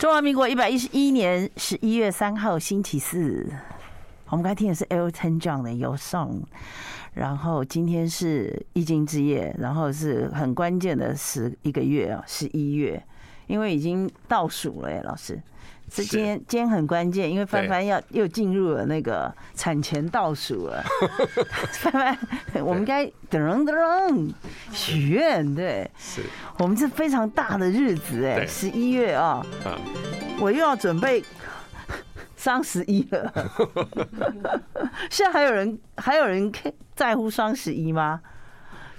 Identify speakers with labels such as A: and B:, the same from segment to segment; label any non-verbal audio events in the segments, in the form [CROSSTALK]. A: 中华民国一百一十一年十一月三号星期四，我们刚才听的是 Elton John 的《Your Song》，然后今天是易经之夜，然后是很关键的十一个月啊，十一月，因为已经倒数了耶，老师，这
B: 是
A: 今天今天很关键，因为
B: 对
A: 范范要又进入了那个产前倒数
B: [LAUGHS]
A: 了，范范，我们该噔噔噔许愿，对
B: 是
A: 我们是非常大的日子哎，
B: 对
A: 十一月啊。
B: 啊，
A: 我又要准备双十一了。 [LAUGHS] 现在还有人还有人 care- 在乎双十一吗？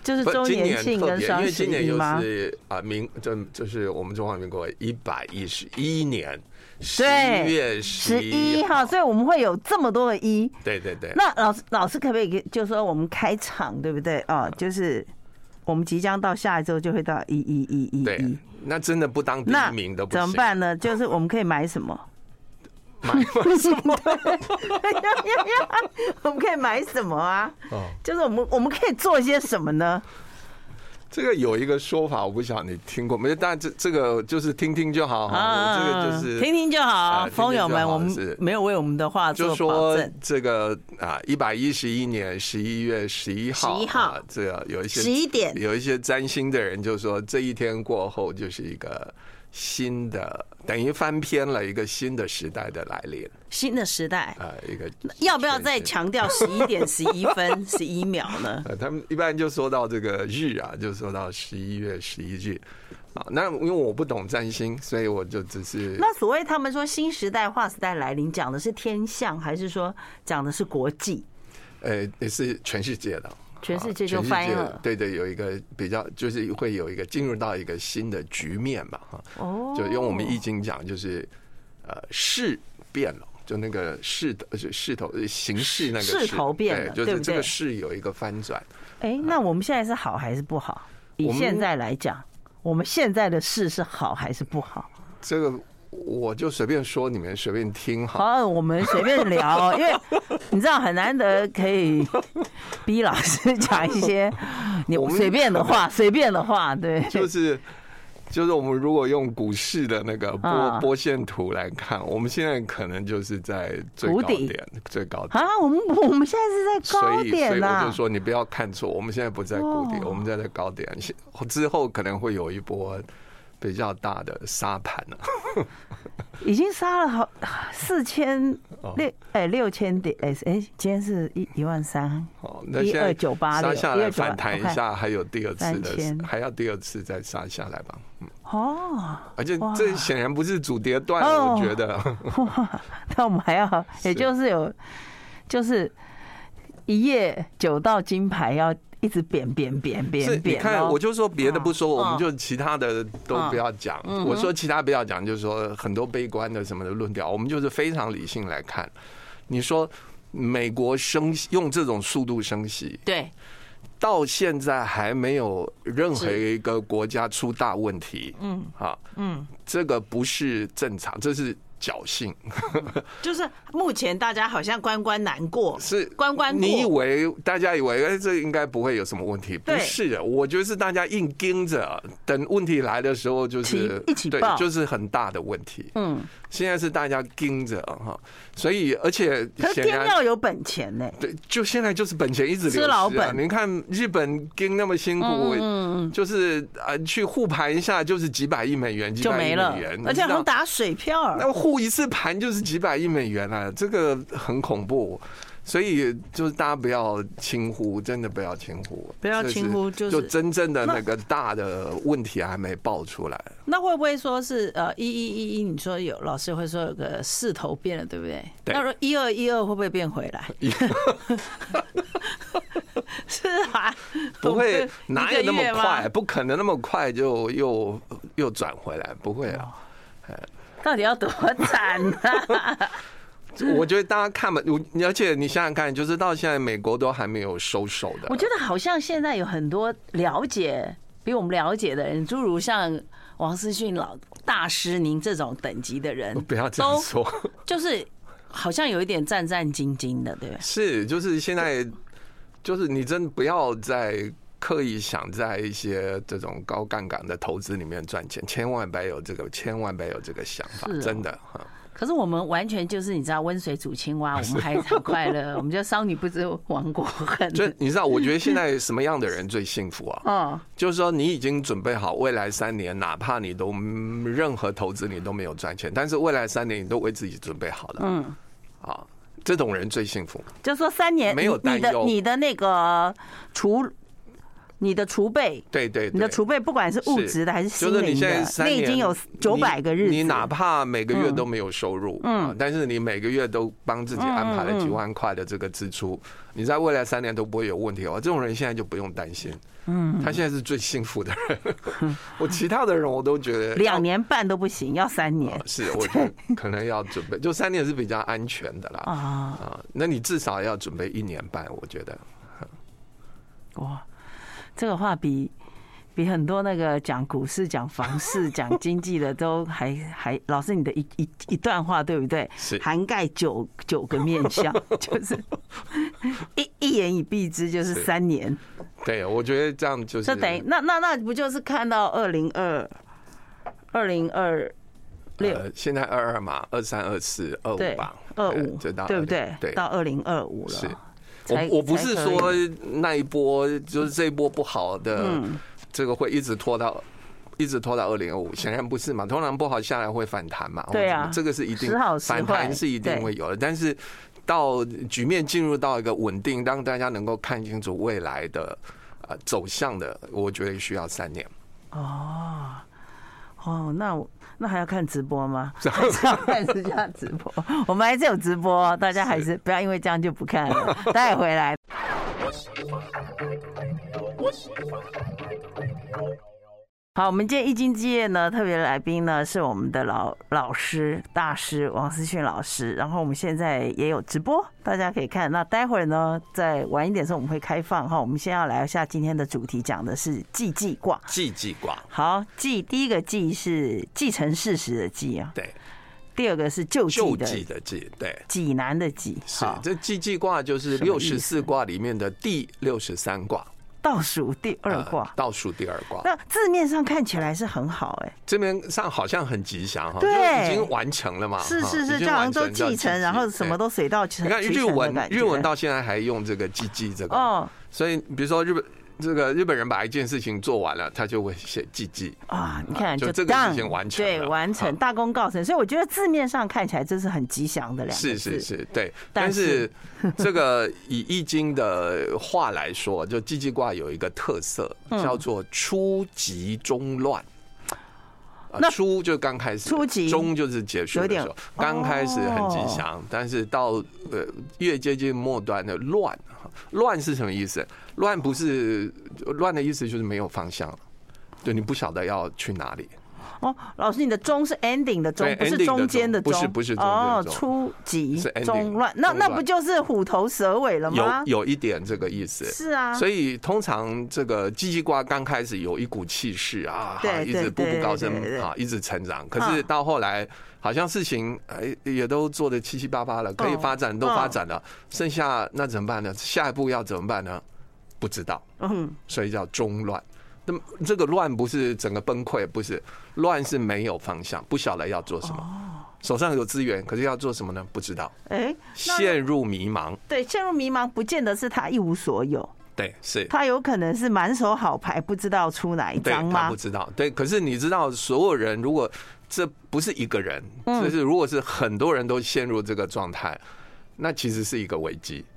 A: 就是
B: 不
A: 周
B: 今
A: 年庆
B: 特
A: 跟
B: 别，因
A: 双
B: 为
A: 十
B: 今年
A: 一
B: 又
A: 吗？
B: 是啊民就就是我们中华民国一百一十一年十
A: 对
B: 一月
A: 十一
B: 11
A: 号，所以我们会有这么多个一。
B: 对对对，
A: 那老师老师可不可以给就说我们开场对不对啊、哦？就是我们即将到下一周就会到一一一一
B: 对
A: 一，，
B: 那真的不当第
A: 那
B: 一名都不
A: 怎么
B: 行
A: 办呢？就是我们可以买什么？
B: 买 [LAUGHS] 买什么？
A: [LAUGHS] 我们可以买什么啊？
B: 哦
A: 就是我们我们可以做些什么呢？
B: 这个有一个说法，我不晓得你听过没？但这这个就是听听就好哈，哦这个就是
A: 啊听听就好，
B: 啊听听就好
A: 风友们，我们
B: 是
A: 没有为我们的话
B: 就
A: 做保
B: 说
A: 证。
B: 这个啊，一百一十一年十一月十一号，
A: 11号
B: 啊这个有一些
A: 11点
B: 有一些占星的人就说这一天过后就是一个新的，等于翻篇了一个新的时代的来临
A: 新的时代
B: 啊，一个
A: 要不要再
B: 全新
A: 强调十一点十一分十一秒
B: [LAUGHS]
A: 呢？
B: 呃，他们一般就说到这个日啊，就说到十一月十一日啊。那因为我不懂占星，所以我就只是
A: 那所谓他们说新时代划时代来临，讲的是天象，还是说讲的是国际？
B: 呃，也是全世界的，
A: 全世界
B: 啊
A: 就
B: 全世
A: 翻
B: 界
A: 了
B: 对对，有一个比较，就是会有一个进入到一个新的局面嘛，哈、
A: 哦
B: 就用我们易经讲，就是呃势变了。就那个势头，就势头呃形势那个
A: 势头变了
B: 对就
A: 对
B: 是
A: 不
B: 这
A: 对
B: 个势有一个翻转。
A: 哎、那我们现在是好还是不好？以
B: 啊我们
A: 现在来讲，我们现在的事是好还是不好？
B: 这个我就随便说，你们随便听哈。
A: 好，我们随便
B: [LAUGHS]
A: 聊，因为你知道很难得可以逼老师讲一
B: [LAUGHS]
A: 些你
B: 我们
A: 随便的
B: [LAUGHS]
A: 话，随便的话，对，
B: 就是就是我们如果用股市的那个
A: 啊
B: 波波线图来看，我们现在可能就是在最
A: 谷
B: 高
A: 底
B: 点，最高
A: 啊，
B: 点。
A: 我们我们现在是在
B: 所
A: 高
B: 以，所
A: 点
B: 以我
A: 呐
B: 就、说你不要看错，我们现在不在谷底，
A: 哦
B: 我们在在高点，现之后可能会有一波比较大的沙盘啊了、
A: 已经杀了好四千
B: 哦
A: 六哎六千点哎哎，今天是一一万三，
B: 哦，那现在
A: 12986
B: 杀下来
A: 12986
B: 反弹一下，还有第二次
A: 3000
B: 的，还要第二次再杀下来吧。
A: 哦，
B: 而且
A: 哇
B: 这显然不是主跌段，
A: 哦
B: 我
A: [LAUGHS]
B: 觉得。
A: 哇，那我们还要，也就是有，就是一夜九道金牌要一直扁扁扁
B: 是，
A: 扁
B: 你
A: 扁
B: 看，
A: 咯
B: 我就说别的不说，我
A: 嗯
B: 们就其他的都不要讲。我说其他不要讲，就是说很多悲观的什么的论调，我们就是非常理性来看。你说美国升息用这种速度升息，
A: 对
B: 到现在还没有任何一个国家出大问题。嗯，啊，嗯，这个不是正常，这是侥幸。
A: 就是目前大家好像关关难过，
B: 是
A: [LAUGHS] 关关过
B: 你以为大家以为哎，这应该不会有什么问题？不
A: 对
B: 是的，我觉得是大家硬盯着，等问题来的时候就
A: 起
B: 是
A: 一起
B: 对
A: 爆，
B: 就是很大的问题。
A: 嗯，
B: 现在是大家盯着哈，所以而且
A: 可是
B: 显
A: 天
B: 然。
A: 要有本钱呢、
B: 对，就现在就是本钱一直流失、
A: 吃
B: 啊。
A: 老本嗯
B: 你看日本跟那么辛苦，就是啊、去护盘一下就是几百亿美元，几
A: 就
B: 百
A: 没
B: 亿
A: 了
B: 美元，，
A: 而且好
B: 你知道
A: 像打水漂儿。
B: 那护一次盘就是几百亿美元啊，这个很恐怖。所以就是大家不要轻忽，真的不要轻忽，
A: 不要轻忽
B: 就
A: 就是
B: 就真正的那个大的问题还没爆出来。
C: 那会不会说是呃一一一一？你说有老师会说有个势头变了，对不对？
B: 对
C: 那说一二一二会不会变回来？ [LAUGHS] 是啊，
B: 不
C: 我
B: 会
C: 们
B: 哪有那么
C: 一个月吗
B: 快？不可能那么快就又又转回来，不会啊。
C: 到底要多惨
B: [LAUGHS]
C: 啊？ [LAUGHS]
B: 我觉得大家看吧，我而且你想想看，就是到现在美国都还没有收手的。
C: 我觉得好像现在有很多了解比我们了解的人，诸如像王思训老大师您这种等级的人，
B: 不要这样
C: 都
B: 说。 [LAUGHS]
C: 就是好像有一点战战兢兢的，对不对？
B: 是，就是现在，就是你真不要再刻意想在一些这种高杠杆的投资里面赚钱，千万别有这个，千万别有这个想法
C: 是哦，
B: 真的哈。
C: 可是我们完全就是你知道温水煮青蛙，我们还很快乐，我们叫少女不知亡国恨。
B: 就你知道，我觉
C: 嗯
B: 得现在什么样的人最幸福啊？
C: 哦，
B: 就是说，你已经准备好未来三年，哪怕你都嗯任何投资你都没有赚钱，但是未来三年你都为自己准备好了。嗯，啊，这种人最幸福。
A: 就说三年
B: 没有
A: 你你
B: 担
A: 的
B: 忧
A: 你的那个储，你的储备，
B: 对对，
A: 你的储备不管是物
B: 是
A: 质的还是心
B: 就是你
A: 灵
B: 现在
A: 的，
B: 三
A: 那已
B: 年
A: 经有
B: 你
A: 九百个日子，
B: 你哪怕每个月都没有收入，嗯，但是你每个月都帮自己安
A: 嗯
B: 排了几万块的这个支出，你在未来三年都不会有问题哦。这种人现在就不用担心，嗯，他现在是最幸福的
A: [LAUGHS]
B: 人。我其他的人我都觉得
A: 两年半都不行，要三年
B: 是，我觉得可能要准备，就三年是比较安全的啦。
A: 啊！
B: 啊，那你至少要准备一年半，我觉得。
A: 哇，这个话比比很多那个讲股市、讲房市、讲经济的都还还，老师你的一一一段话对不对？
B: 是
A: 涵盖九九个面
B: [LAUGHS]
A: 相，就是一一言以蔽之，就是
B: 是
A: 三年。
B: 对，我觉得这样就是
A: 这等于那那那不就是看到二零二二零二六
B: 呃，现在二二嘛，二三、二四、二
A: 对
B: 五吧，
A: 二
B: 呃
A: 五
B: 这到
A: 对不对？
B: 对，
A: 到二零二五了。
B: 是
A: 才
B: 我我不是
A: 才可以嗯
B: 说那一波就是这一波不好的，这个会一直拖到。一直拖到二零二五，显然不是嘛。通常不好下来会反弹嘛。
A: 对啊
B: 或者什么这个是一定
A: 时好时坏
B: 反弹是一定会有的。但是到局面进入到一个稳定，让大家能够看清楚未来的呃走向的，我觉得需要三年。
A: 哦，那我那还要看直播吗？还是要看私下直播？我们还是有直播，大家还是不要因为这样就不看了， [LAUGHS] 待会回来。好，我们今天易经之夜呢，特别来宾呢是我们的老老师大师王思训老师，然后我们现在也有直播，大家可以看。那待会儿呢，再晚一点的时候我们会开放哈。我们先要来一下今天的主题，讲的是记记卦。
B: 记记卦，
A: 好，继第一个继是继承事实的继啊，
B: 对，
A: 第二个是救济
B: 救
A: 的
B: 济的济，对，
A: 济南的济，
B: 是
A: 好，
B: 这记记卦就是
A: 什么意
B: 六
A: 思
B: 十四卦里面的第六十三卦，
A: 倒数第二
B: 呃
A: 卦。
B: 倒数第二卦。
A: 那字面上看起来是很好哎、
B: 这边上好像很吉祥哈，
A: 对
B: 就是已经完成了嘛，
A: 是
B: 啊哈
A: 是是，
B: 已经
A: 就好像
B: 完成
A: 都
B: 叫
A: 继承，
B: 继
A: 然后什么
B: 对
A: 都水到渠
B: 你看
A: 渠
B: 日
A: 成的
B: 文
A: 感，觉。
B: 日文到现在还用这个“叽叽”这个，
A: 哦
B: 所以比如说日本这个日本人把一件事情做完了，他就会写“叽叽
A: 啊，你看
B: 就
A: 就
B: 这个事
A: done，
B: 情完成了
A: 对，完成
B: 啊
A: 大功告成，所以我觉得字面上看起来这是很吉祥的”，两个
B: 是
A: 字。
B: 是是，对。
A: [LAUGHS] 但
B: 但
A: 是
B: 是这个以《易经》的话来说，就“叽叽”卦有一个特色，
A: 嗯
B: 叫做“初极中乱”。啊
A: 那
B: 初就刚开始，
A: 初极
B: 中就是结束
A: 有
B: 的
A: 点哦
B: 时候。刚开始很吉祥，但是到呃越接近末端的乱，乱是什么意思？乱不是乱的意思，就是没有方向，对你不晓得要去哪里。
A: 哦，老师，你的中是 ending 的中，
B: 对
A: 不
B: ending
A: 是
B: 的
A: 中间的
B: 中
A: 中，
B: 不是不是中间
A: 哦
B: 的，中
A: 初级
B: 是 ending，
A: 中乱，那
B: 中
A: 那
B: 乱
A: 不就是虎头蛇尾了
B: 有
A: 吗？
B: 有一点这个意思，
A: 是啊，
B: 所以通常这个叽叽呱刚开始有一股气势啊，
A: 对
B: 哈一
A: 对
B: 直步步高升
A: 对对嗯对
B: 啊，一直成长。可是到后来，好像事情哎也都做的七七八八了，可以
A: 嗯
B: 发展都发展了，剩下那怎么办呢？下一步要怎么办呢？不知道，
A: 嗯，
B: 所以叫中乱。那么这个乱不是整个崩溃，不是乱是没有方向，不晓得要做什
A: 哦
B: 么，手上有资源，可是要做什么呢？不知道，
A: 哎，那
B: 陷入迷茫。
A: 对陷入迷茫，不见得是他一无所有，
B: 对，是
A: 他有可能是满手好牌，不知道出哪一
B: 对
A: 张
B: 他
A: 吗
B: 不？知道，对，可是你知道，所有人如果这不是一个人，
A: 嗯
B: 就是如果是很多人都陷入这个状态，那其实是一个危机。
A: 哎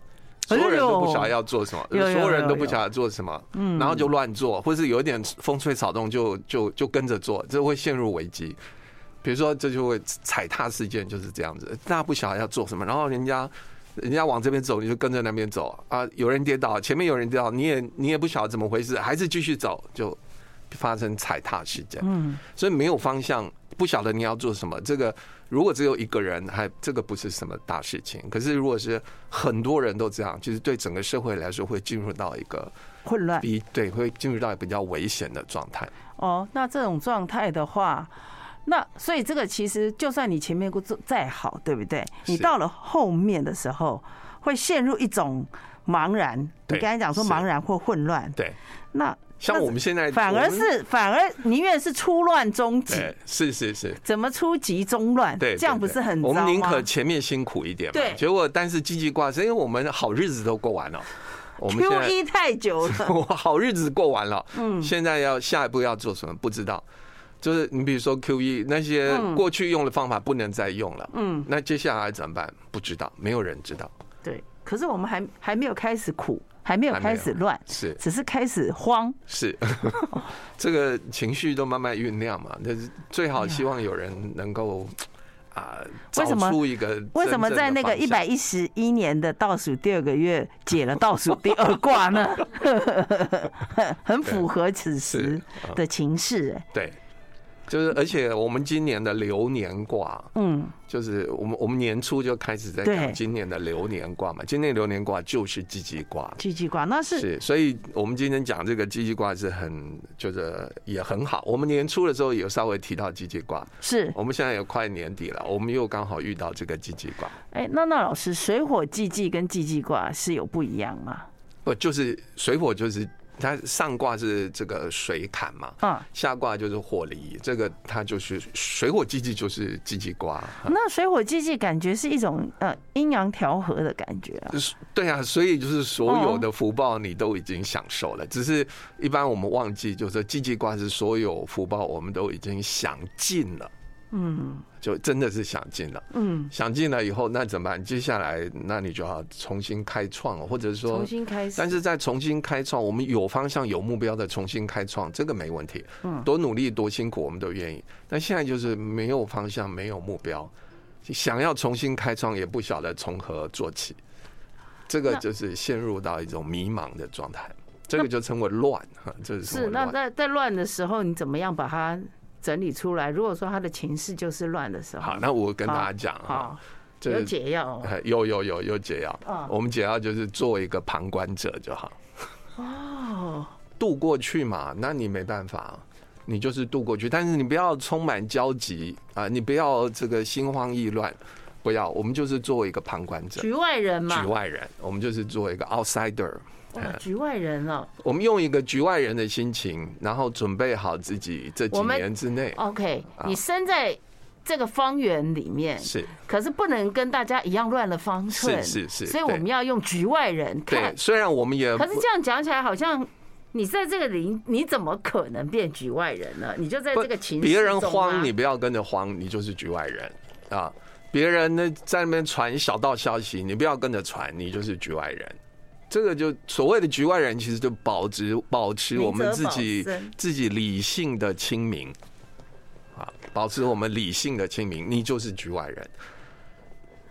B: 所
A: 呦
B: 有人都不晓得要做什么，
A: 有
B: 所
A: 有
B: 有嗯人
A: 有
B: 都不
A: 有
B: 晓得做什么，然后就乱做，或是有一点风吹草动就就就跟着做，这会陷入危机。比如说，这就会踩踏事件就是这样子，大家不晓得要做什么，然后人家人家往这边走，你就跟着那边走啊，有人跌倒，前面有人跌倒，你也你也不晓得怎么回事，还是继续走，就发生踩踏事件。嗯，所以没有方向，不晓得你要做什么。这个如果只有一个人，还这个不是什么大事情。可是如果是很多人都这样，其实对整个社会来说会进入到一
A: [LAUGHS]
B: 个
A: 混乱
B: 比对会进入到比较危险的状态。
A: 哦，那这种状态的话。那所以这个其实，就算你前面做再好，对不对？你
B: 是
A: 到了后面的时候，会陷入一种茫然，你
B: 对
A: 刚才讲说
B: 是
A: 茫然或混乱，
B: 对，
A: 那
B: 像
A: 那
B: 我们现在
A: 反
B: 我
A: 而
B: 们
A: 是反而宁愿是出乱中急， [LAUGHS]
B: 对，是是是，
A: 怎么出急中乱？
B: 对，
A: 这样
B: 对
A: 不
B: 对
A: 是很
B: 我们
A: 糟
B: 宁
A: 吗
B: 可前面辛苦一点嘛，
A: 对
B: 结果但是积极挂是因为我们好日子都过完了，我们现
A: ？Q
B: 在
A: 一太久
B: [LAUGHS]
A: 了，
B: 我好日子过完了，嗯，现在要下一步要做什么不知道。就是你比如说 Q E 那些
A: 嗯
B: 过去用的方法不能再用了，嗯，那接下来怎么办？不知道，没有人知道，
A: 对。可是我们还还没有开始苦，还没有
B: 还没
A: 开
B: 有
A: 始乱，
B: 是
A: 只是开始慌。 [LAUGHS]
B: 是，这个情绪都慢慢酝酿嘛，但是最好希望有人能够啊，
A: 为
B: 找
A: 什么
B: 出一个
A: 为什么
B: 真正的
A: 在那个
B: 方
A: 一
B: 向
A: 百一十一年的倒数第二个月解了倒数第二卦呢？ [LAUGHS] 很符合此时的情势、哎
B: 对，就是而且我们今年的流年卦，
A: 嗯，
B: 就是我们我们年初就开始在讲
A: 对
B: 今年的流年卦嘛，今年流年卦就是积极卦。
A: 积极卦那是
B: 是，所以我们今天讲这个积极卦是很，就是也很好。我们年初的时候有稍微提到积极卦，
A: 是，
B: 我们现在也快年底了，我们又刚好遇到这个积极卦，
A: 哎、那那老师，水火既济跟既济卦是有不一样吗？
B: 不就是水火就是它上卦是这个水坎嘛，
A: 啊，
B: 下卦就是火离，这个它就是水火积极就是积极卦。
A: 那水火既济感觉是一种呃阴阳调和的感觉啊。
B: 是对啊，所以就是所有
A: 哦
B: 的福报你都已经享受了，只是一般我们忘记，就是说积极卦是所有福报我们都已经享尽了，嗯，就真的是享尽了，
A: 嗯，
B: 享尽了以后那怎么办？接下来那你就要重新开创，或者说
A: 重。新开始。
B: 但是在重新开创，我们有方向、有目标的重新开创，这个没问题。嗯，多努力、多辛苦，我们都愿意。但现在就是没有方向、没有目标，想要重新开创，也不晓得从何做起。这个
A: 那
B: 就是陷入到一种迷茫的状态，这个就称为乱哈，这是
A: 是
B: 称为
A: 那
B: 乱。
A: 在在乱的时候，你怎么样把它整理出来？如果说他的情势就是乱的时候，
B: 好，那我跟大家讲哈，
A: 好有
B: 这
A: 解药哦。
B: 哎有有有有解
A: 嗯
B: 药，我们解药就是做一个旁观者就好。 [LAUGHS]
A: 哦，
B: 渡过去嘛，那你没办法，你就是渡过去。但是你不要充满焦急啊、你不要这个心慌意乱，不要。我们就是作为一个旁观者、
A: 局外人嘛
B: 局，外人，我们就是作为一个 outsider。
A: 哇
B: 哎
A: 局外人哦。
B: 我们用一个局外人的心情，然后准备好自己这几
A: 我们哦
B: 年之内
A: OK，你身在这个方圆里面，
B: 啊是
A: 可是不能跟大家一样乱了方寸，
B: 是是是
A: 所以我们
B: 对
A: 要用局外人看
B: 对。。虽然我们也
A: 可是这样讲起来，好像你在这个里，你怎么可能变局外人呢？你就在
B: 不
A: 这个情势
B: 别人
A: 中啊
B: 慌，你不要跟着慌，你就是局外人啊。别人呢在那边传小道消息，你不要跟着传，你就是局外人。这个就所谓的局外人，其实就保持保持我们自
A: 明
B: 己
A: 哲保身
B: 自己理性的清明啊，保持我们理性的清明，你就是局外人。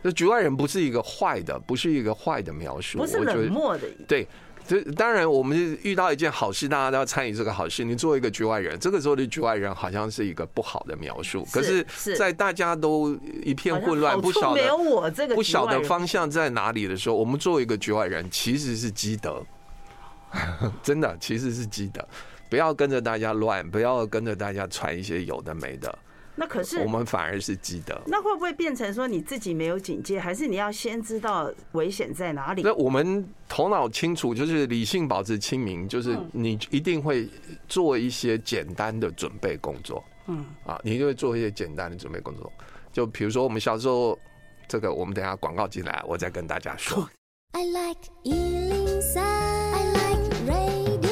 B: 这局外人不是一个坏的，不是一个坏的描述，
A: 不是
B: 我觉得
A: 冷漠的，
B: 对，这当然我们是遇到一件好事，大家都要参与这个好事。你作为一个局外人，这个时候的局外人好像是一个不好的描述。可是，
A: 是
B: 在大家都一片
A: 好像
B: 混乱，
A: 好
B: 不
A: 处
B: 晓
A: 没有
B: 得
A: 我这个
B: 不
A: 局外
B: 晓得
A: 人
B: 方向在哪里的时候，我们作为一个局外人，其实是积德， [LAUGHS] 真的其实是积德。不要跟着大家乱，不要跟着大家传一些有的没的，
A: 那可是
B: 我们反而是积德。
A: 那会不会变成说你自己没有警戒，还是你要先知道危险在哪里？
B: 那我们头脑清楚，就是理性保持清明，就是你一定会做一些简单的准备工作。嗯，啊，你一定会做一些简单的准备工作。就比如说我们小时候，这个我们等一下广告进来，我再跟大家说。
D: I like Ealing Sound. I like radio.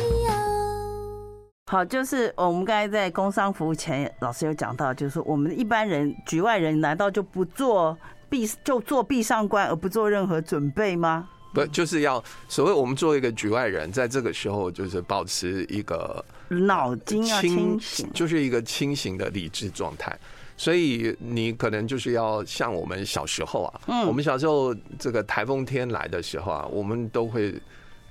A: 好，就是我们刚才在工商服务前，老师有讲到，就是说我们一般人、局外人，难道就不做闭就做闭上关，而不做任
C: 呃
A: 何准备吗？
B: 不，就是要所谓我们做一个局外人，在这个时候就是保持一个
A: 脑筋
C: 啊
A: 要清醒，
B: 就是一个清醒的理智状态。所以你可能就是要像我
C: 嗯
B: 们小时候啊，我们小时候这个台风天来的时候啊，我们都会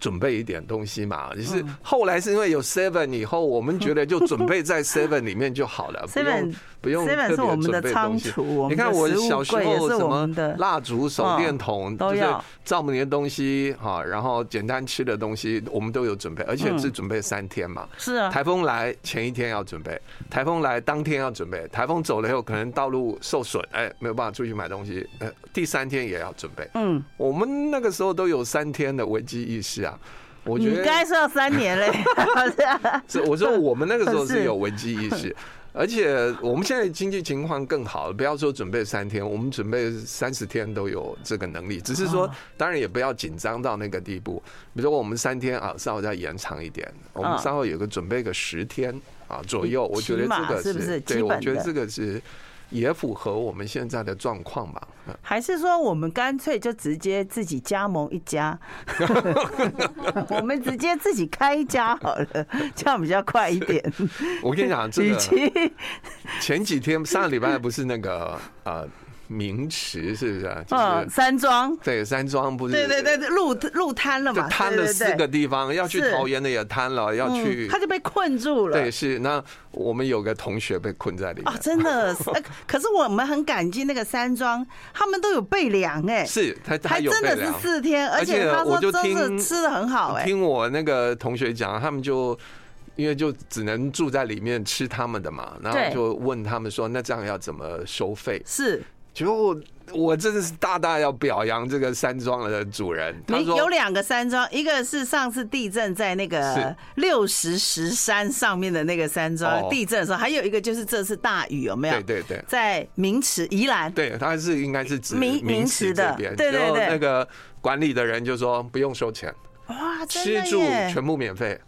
B: 准备一点东西嘛。就是
C: 嗯
B: 后来是因为有 Seven 以后，我们觉得就准备
C: [LAUGHS]
B: 在 Seven 里面就好了，不
C: Seven
B: 用不用特
C: Seven
B: 别
C: 是我们
B: 准
C: 的
B: 备东西
C: 仓储我们的
B: 你看我
C: 食物
B: 小时
C: 柜也
B: 候
C: 是
B: 什
C: 我们的嗯
B: 么蜡烛、手电筒，
C: 都
B: 就是
C: 要
B: 照明的东西哈，然后简单吃的东西我们都有准备，而且
C: 嗯
B: 是准备三天嘛。
C: 是啊，
B: 台风来前一天要准备，台风来当天要准备，台风走了以后可能道路受损，哎，没有办法出去买东西，呃，第三天也要准备。
C: 嗯，
B: 我们那个时候都有三天的危机意识啊，我觉
C: 你该
B: 得
C: 说要三年 [LAUGHS] 嘞，
B: 是我说我们那个时候
C: 是
B: 是有危机意
C: [LAUGHS]
B: 识。而且我们现在经济情况更好，不要说准备三天，我们准备三十天都有这个能力。只是
C: 哦
B: 说，当然也不要紧张到那个地步。比如说，我们三天啊，稍微再延长一点，我们
C: 嗯
B: 稍微有个准备个十天啊左右。我觉得
C: 起码
B: 这个
C: 是不是基
B: 对，我
C: 本
B: 觉得
C: 的
B: 这个是也符合我们现在的状况吧。 [LAUGHS] 嗯
C: 还是说我们干脆就直接自己加盟一
B: [LAUGHS]
C: 家，我们直接自己开一家好了，这样比较快一点。
B: 我跟你讲，
C: [LAUGHS]
B: 这
C: 与
B: 个
C: 其
B: 前几天上个礼拜不是那个呃名池是不是啊？
C: 嗯
B: 就是
C: 山庄，
B: 对山庄不是
C: 对对对，路路瘫了
B: 就
C: 嘛，
B: 瘫
C: 对
B: 了
C: 对
B: 四
C: 对
B: 个地方，要去
C: 是
B: 桃园的也瘫了，要去
C: 嗯，他就被困住了。
B: 对是那我们有个同学被困在里
C: 哦，
B: 面，
C: 真的是，呃可是我们很感激那个山庄，他们都有备粮哎、
B: 是他他
C: 还
B: 有
C: 真
B: 被
C: 的是
B: 凉。
C: 四天，而
B: 而且
C: 且他
B: 我
C: 说
B: 就
C: 真
B: 听
C: 的吃的很好哎、
B: 听我那个同学讲，他们就因为就只能住在里面吃他们的嘛，然后
A: 对
B: 就问他们说，那这样要怎么收费？
C: 是
B: 结果我我真的是大大要表扬这个山庄的主人，他
C: 没
B: 说
C: 有两个山庄，一个是上次地震在那个
B: 是
C: 六十石山上面的那个山庄
B: 哦
C: 地震的时候，还有一个就是这次大雨有没有？
B: 对对对。
C: 在明池宜兰，
B: 对，他是应该是指
C: 名名
B: 池
C: 词的
B: 这边，
C: 对对
B: 然后
C: 对
B: 那个管理的人就说不用收钱，
C: 哇，真
B: 吃
C: 的
B: 住
C: 耶，
B: 全部免费，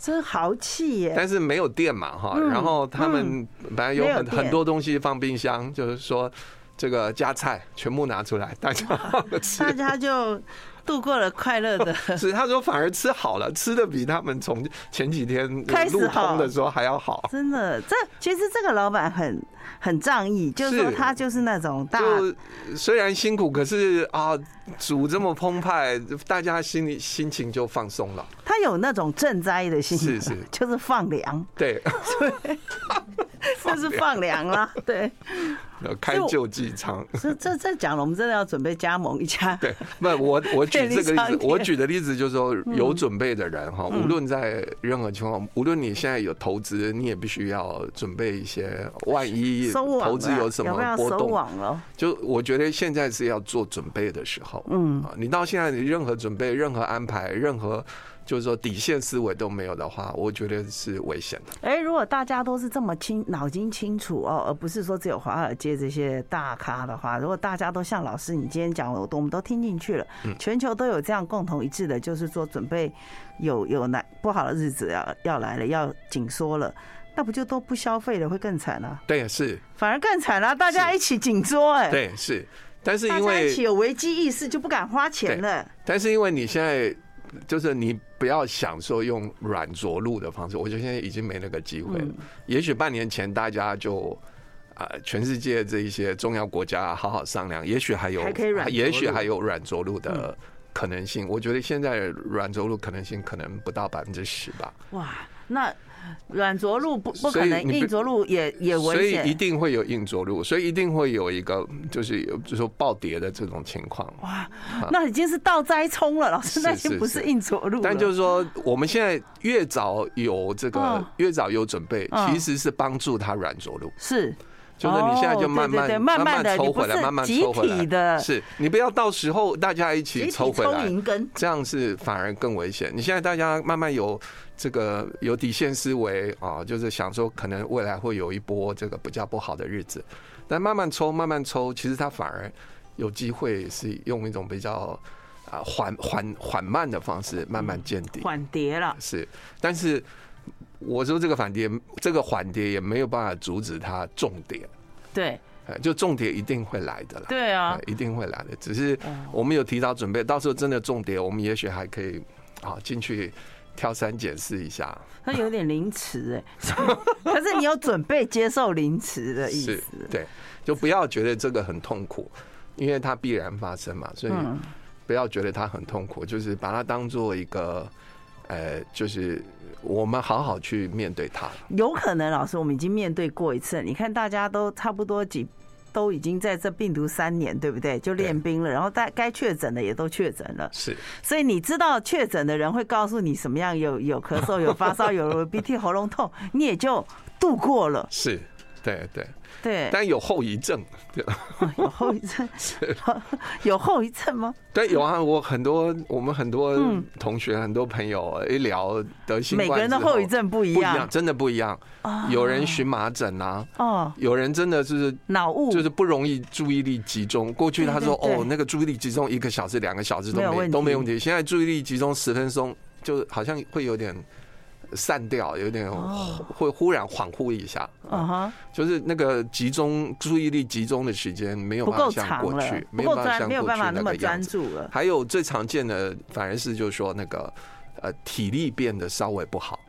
C: 真豪气耶！
B: 但是没有电嘛哈，然后他们本来有
C: 嗯没有
B: 很
C: 电
B: 很多东西放冰箱，就是说这个加菜全部拿出来大家 [LAUGHS] 吃
C: 大。家就度过了快
B: [LAUGHS]
C: 乐的
B: 是他说反而吃好了，吃的比他们从前几天
C: 开始
B: 路
C: 好
B: 通的时候还要好。
C: 真的，这其实这个老板很很仗义，就是说
B: 是
C: 他就是那种大
B: 就虽然辛苦，可是啊，煮这么澎湃，大家心里心情就放松了。
C: 他有那种赈灾的心，
B: 是是
C: 就是放粮，
B: 对， [LAUGHS]
C: 就是放粮啦。对，
B: 开救济舱。
C: 这这这讲了，我们真的要准备加盟一
B: [LAUGHS]
C: 家。[LAUGHS]
B: 对，不，我我举这个
C: 便利商
B: 例子
C: 店，嗯
B: 我举的例子就是说，有准备的人哈，无论在任何情况，无论你现在有投资，你也必须要准备一些，万一
C: 收网了啊
B: 投资有什
C: 要不
B: 么
C: 要
B: 波
C: 收
B: 动，
C: 网了？
B: 就我觉得现在是要做准备的时候。嗯，啊，你到现在你任何准备、任何安排、任何就是说底线思维都没有的话，我觉得是危险的。
C: 哎，如果大家都是这么清脑筋清楚哦，而不是说只有华尔街这些大咖的话，如果大家都像老师你今天讲，我我们都听进去了，
B: 嗯
C: 全球都有这样共同一致的，就是说准备有有难不好的日子要要来了，要紧缩了，那不就都不消费了，会更惨啊，
B: 对，是，
C: 反而更惨啊，大家一起紧缩哎，
B: 对，是，但是
C: 大
B: 因
C: 家
B: 为
C: 一起有危机意识就不敢花钱了，
B: 但是因为你现在就是你不要想说用软着陆的方式，我觉得现在已经没那个机会
C: 嗯
B: 了。也许半年前大家就。啊、全世界这一些重要国家好好商量，也许还有，啊
C: 还可以软着陆
B: 也许还有软着陆的可能性。我觉得现在软着陆可能性可能不到百分之十吧，
C: 哇，那软着陆不不可
B: 所以
C: 能，
B: 你不
C: 硬着陆也也
B: 所
C: 危
B: 以一
C: 险。
B: 定会有硬着陆，所以一定会有一个就是有就是说暴跌的这种情况。
C: 哇，那已经是倒栽葱了，老师，
B: 是
C: 那已经
B: 是
C: 不是
B: 是
C: 硬着陆了。
B: 但就是说，我们现在越早有这
C: 嗯
B: 个，越早有准备，
C: 嗯
B: 其实是帮助他软着陆。
C: 是
B: 就是你现在
C: 哦
B: 就慢慢
C: 对对对慢
B: 慢
C: 慢地
B: 抽回来，
C: 你不是
B: 慢慢抽回
C: 集体
B: 来
C: 的
B: 是你不要到时候大家一
C: 集
B: 起
C: 体
B: 抽回来，
C: 银根，
B: 这样是反而更危险。你现在大家慢慢有这个有底线思维啊，就是想说可能未来会有一波这个比较不好的日子，但慢慢抽，慢慢抽，其实它反而有机会是用一种比较啊缓缓缓慢的方式慢慢见底。
C: 缓跌了。
B: 是，但是我说这个反跌，这个缓跌也没有办法阻止它重跌，
A: 对
B: 呃就重跌一定会来的啦。
A: 对啊
B: [LAUGHS] 呃，一定会来的。只是
C: 哦
B: 我们有提早准备，到时候真的重跌，我们也许还可以啊进去挑三拣四一下。
A: 他有点凌迟哎，
C: 欸 [LAUGHS] 可是你有准备接受凌迟的意
B: 是
C: 思，，嗯
B: 对，就不要觉得这个很痛苦，因为它必然发生嘛。所以不要觉得它很痛苦，就是把它当做一个，呃，就是我们好好去面对它。
C: 有可能老师，我们已经面对过一次了。你看，大家都差不多几都已经在这病毒三年，对不对？就练兵了，然后大该确诊的也都确诊了。
B: 是，
C: 所以你知道确诊的人会告诉你什么样有有咳嗽、有发烧、有鼻涕、喉咙痛，你也就度过了。
B: 是，对对，
C: 对，
B: 但有后遗症。对
C: 有后遗症， [LAUGHS] 有后遗症吗？
B: 但有啊，我很多我们很多同学、很多朋友一聊得 [LAUGHS] 新冠之
C: 嗯每
B: 后，
C: 个人的后遗症不一
B: 不一
C: 样啊
B: 样，真的不一样。有人荨麻疹啊，
C: 哦，
B: 有人真的就是
C: 脑雾
B: 就是不容易注意力集中。过去他说
C: 对对对
B: 哦，那个注意力集中一个小时、两个小时都
C: 没有
B: 没
C: 问题
B: 都没问题，现在注意力集中十分钟，就好像会有点散掉，有点
C: 哦
B: 会忽然恍惚一下。
C: 嗯哼，
B: 就是那个集中注意力集中的时间没有
C: 不
B: 办法
C: 够
B: 像
C: 长
B: 过
C: 了
B: 去，，
C: 不
B: 没有
C: 够
B: 办法
C: 专，
B: 像
C: 没有
B: 过
C: 办
B: 去
C: 法
B: 那
C: 那
B: 个
C: 么
B: 样
C: 专
B: 子。
C: 注了。
B: 还有最常见的反而是就是说那个呃体力变得稍微不好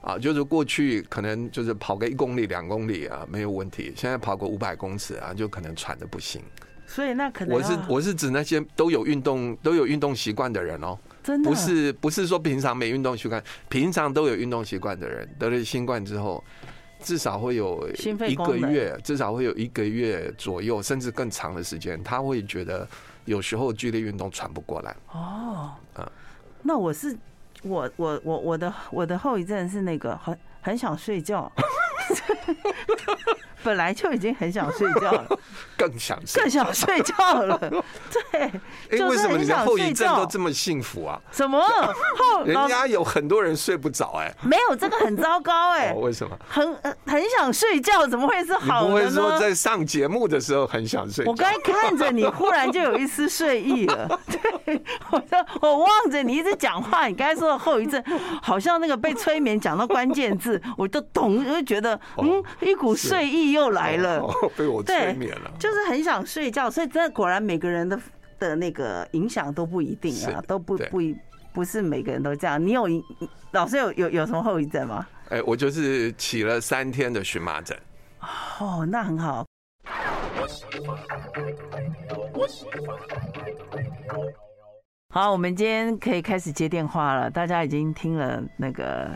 B: 啊，就是过去可能就是跑个一公里两公里啊没有问题，现在跑个五百公尺啊就可能喘的不行。
C: 所以那可能
B: 我是
C: 要
B: 我是指那些都有运动都有运动习惯的人哦，
C: 真的
B: 不是不是说平常没运动习惯，平常都有运动习惯的人得了新冠之后，至少会有
C: 心肺
B: 一
C: 功
B: 个
C: 能
B: 月，至少会有一个月左右，甚至更长的时间，他会觉得有时候剧烈运动喘不过来。
C: 哦
B: 啊。
C: 那我是我我我我的我的后遗症是那个很很想睡觉， [LAUGHS] 本来就已经很想睡觉了，
B: 更想睡
C: 更想睡觉
B: [LAUGHS]
C: 了。对，
B: 哎、
C: 就
B: 为
C: 是
B: 什么
C: 很
B: 你的
C: 想
B: 后
C: 睡
B: 遗症都
C: 觉。
B: 这么幸福啊？
C: 什
B: [LAUGHS]
C: 么后
B: 人
C: 老
B: 家有很多人睡不着哎、
C: 没有这个很糟糕哎、
B: 哦，为什么？
C: 很呃很想睡觉，怎么会
B: 你
C: 是好
B: 不
C: 的
B: 会说
C: 呢？
B: 在上节目的时候很想睡觉？
C: 我刚才看着你，忽然就有一丝睡意
B: [LAUGHS]
C: 了。对，我说我望着你一直讲话，你刚才说的后遗症，好像那个被催眠讲到关键字，我就懂，我就觉得嗯
B: 哦，
C: 一股睡意又来了。
B: 哦被我催
C: 对
B: 眠了，。
C: 就是很想睡觉，所以真的果然每个人的的那个影响都不一定啊
B: 是，
C: 都不
B: 对
C: 不一不是每个人都这样。你有影老师有有有什么后遗症吗？
B: 哎、我就是起了三天的荨麻疹。
C: 哦，那很好。好，我们今天可以开始接电话了。大家已经听了那个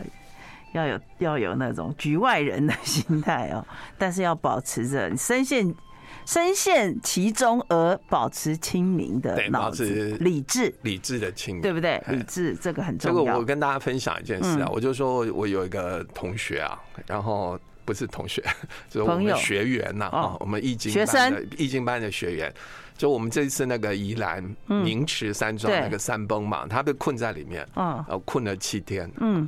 C: 要有要有那种局外人的心态哦， [LAUGHS] 但是要保持着深陷深陷其中而保持清明的
B: 对
C: 脑
B: 保
C: 子
B: 持
C: 理智，
B: 理智的清
C: 对不对？
B: 哎
C: 理智这个很
B: 这个
C: 重
B: 我
C: 要。
B: 跟大家分享一件事啊，
C: 嗯
B: 我就说我有一个同学啊，然后不是同学， [LAUGHS] 就是我
C: 朋友
B: 们学员呐、啊
C: 哦，
B: 我们易经
C: 学
B: 班的
C: 生
B: 易经班的学员，就我们这次那个宜兰
C: 嗯
B: 宁池山庄
C: 对
B: 那个山崩嘛，他被困在里面，
C: 嗯 [LAUGHS]
B: 呃，困了七天。
C: 嗯，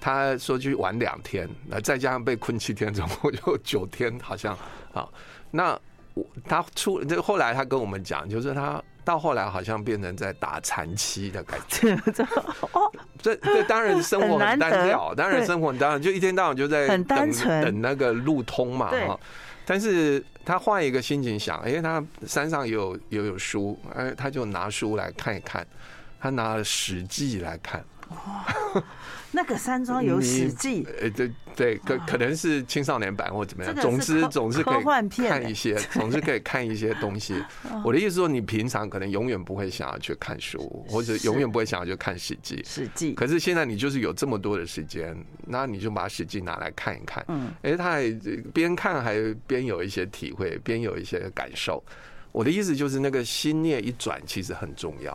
B: 他说去玩两天，那再加上被困七天，总 [LAUGHS] 共有九天，好像啊。那我他出这后来他跟我们讲，就是他到后来好像变成在打残期的感觉。
C: 这这哦，
B: 这这当然生活很单调，
C: 很难得
B: 当然
C: 对
B: 生活很单调，就一天到晚就在
C: 很单
B: 等
C: 纯
B: 等那个路通嘛
C: 对
B: 哈。但是他换一个心情想，哎，他山上也有也有书，哎，他就拿书来看一看。他拿了《史记》来看，
C: 那个山庄有《史记》，
B: 呃，对对，可可能是青少年版或怎么样，
C: 啊这个是
B: 总之
C: 科
B: 总是可
C: 科幻
B: 以
C: 片哦
B: 看
C: 欸
B: 一
C: [LAUGHS]
B: 些，总是可以看一些东西。我的意思说，你平常可能永远不会想要去看书，或者
C: 是
B: 永远不会想要去看《史记》
C: 《史记》
B: 可是现在你就是有这么多的时间，那你就把《史记》拿来看一看。
C: 嗯，
B: 哎，他还边看还边有一些体会，边有一些感受。我的意思就是，那个心念一转，其实很重要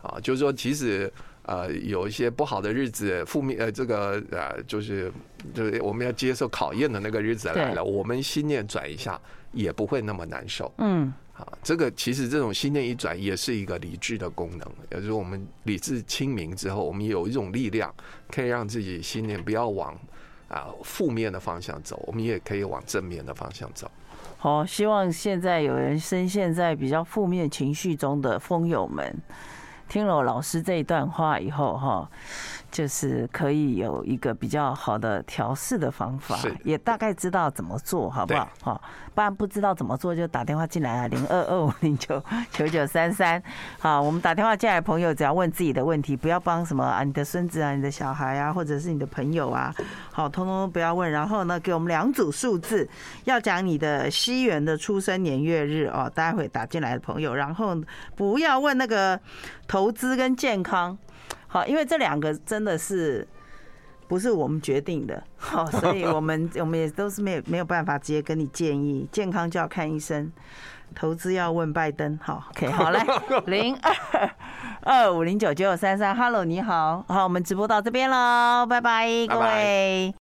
B: 啊。就是说，即使呃有一些不好的日子，负面呃这个呃就是就是我们要接受考验的那个日子来
C: 对
B: 了，我们心念转一下，也不会那么难受。
C: 嗯，
B: 啊，这个其实这种心念一转也是一个理智的功能，也就是我们理智清明之后，我们有一种力量可以让自己心念不要往啊负面的方向走，我们也可以往正面的方向走。
C: 好，希望现在有人深陷在比较负面情绪中的风友们，听了我老师这一段话以后，哈，就是可以有一个比较好的调试的方法
B: 是，
C: 也大概知道怎么做，好不好？好，不然不知道怎么做就打电话进来啊，零二二五零九九九三三。好，我们打电话进来的朋友，只要问自己的问题，不要帮什么啊，你的孙子啊，你的小孩啊，或者是你的朋友啊，好，通通不要问。然后呢，给我们两组数字，要讲你的西元的出生年月日哦，待会打进来的朋友，然后不要问那个投资跟健康。好，因为这两个真的是不是我们决定的， [LAUGHS] 好，所以我 [LAUGHS] 们我们也都是没有没有办法直接跟你建议，健康就要看医生，投资要问拜登，好，OK，好 [LAUGHS] 来零二二五零九九九三三，Hello，你好，好，我们直播到这边喽，拜拜，
B: 拜
C: 各位。
B: 拜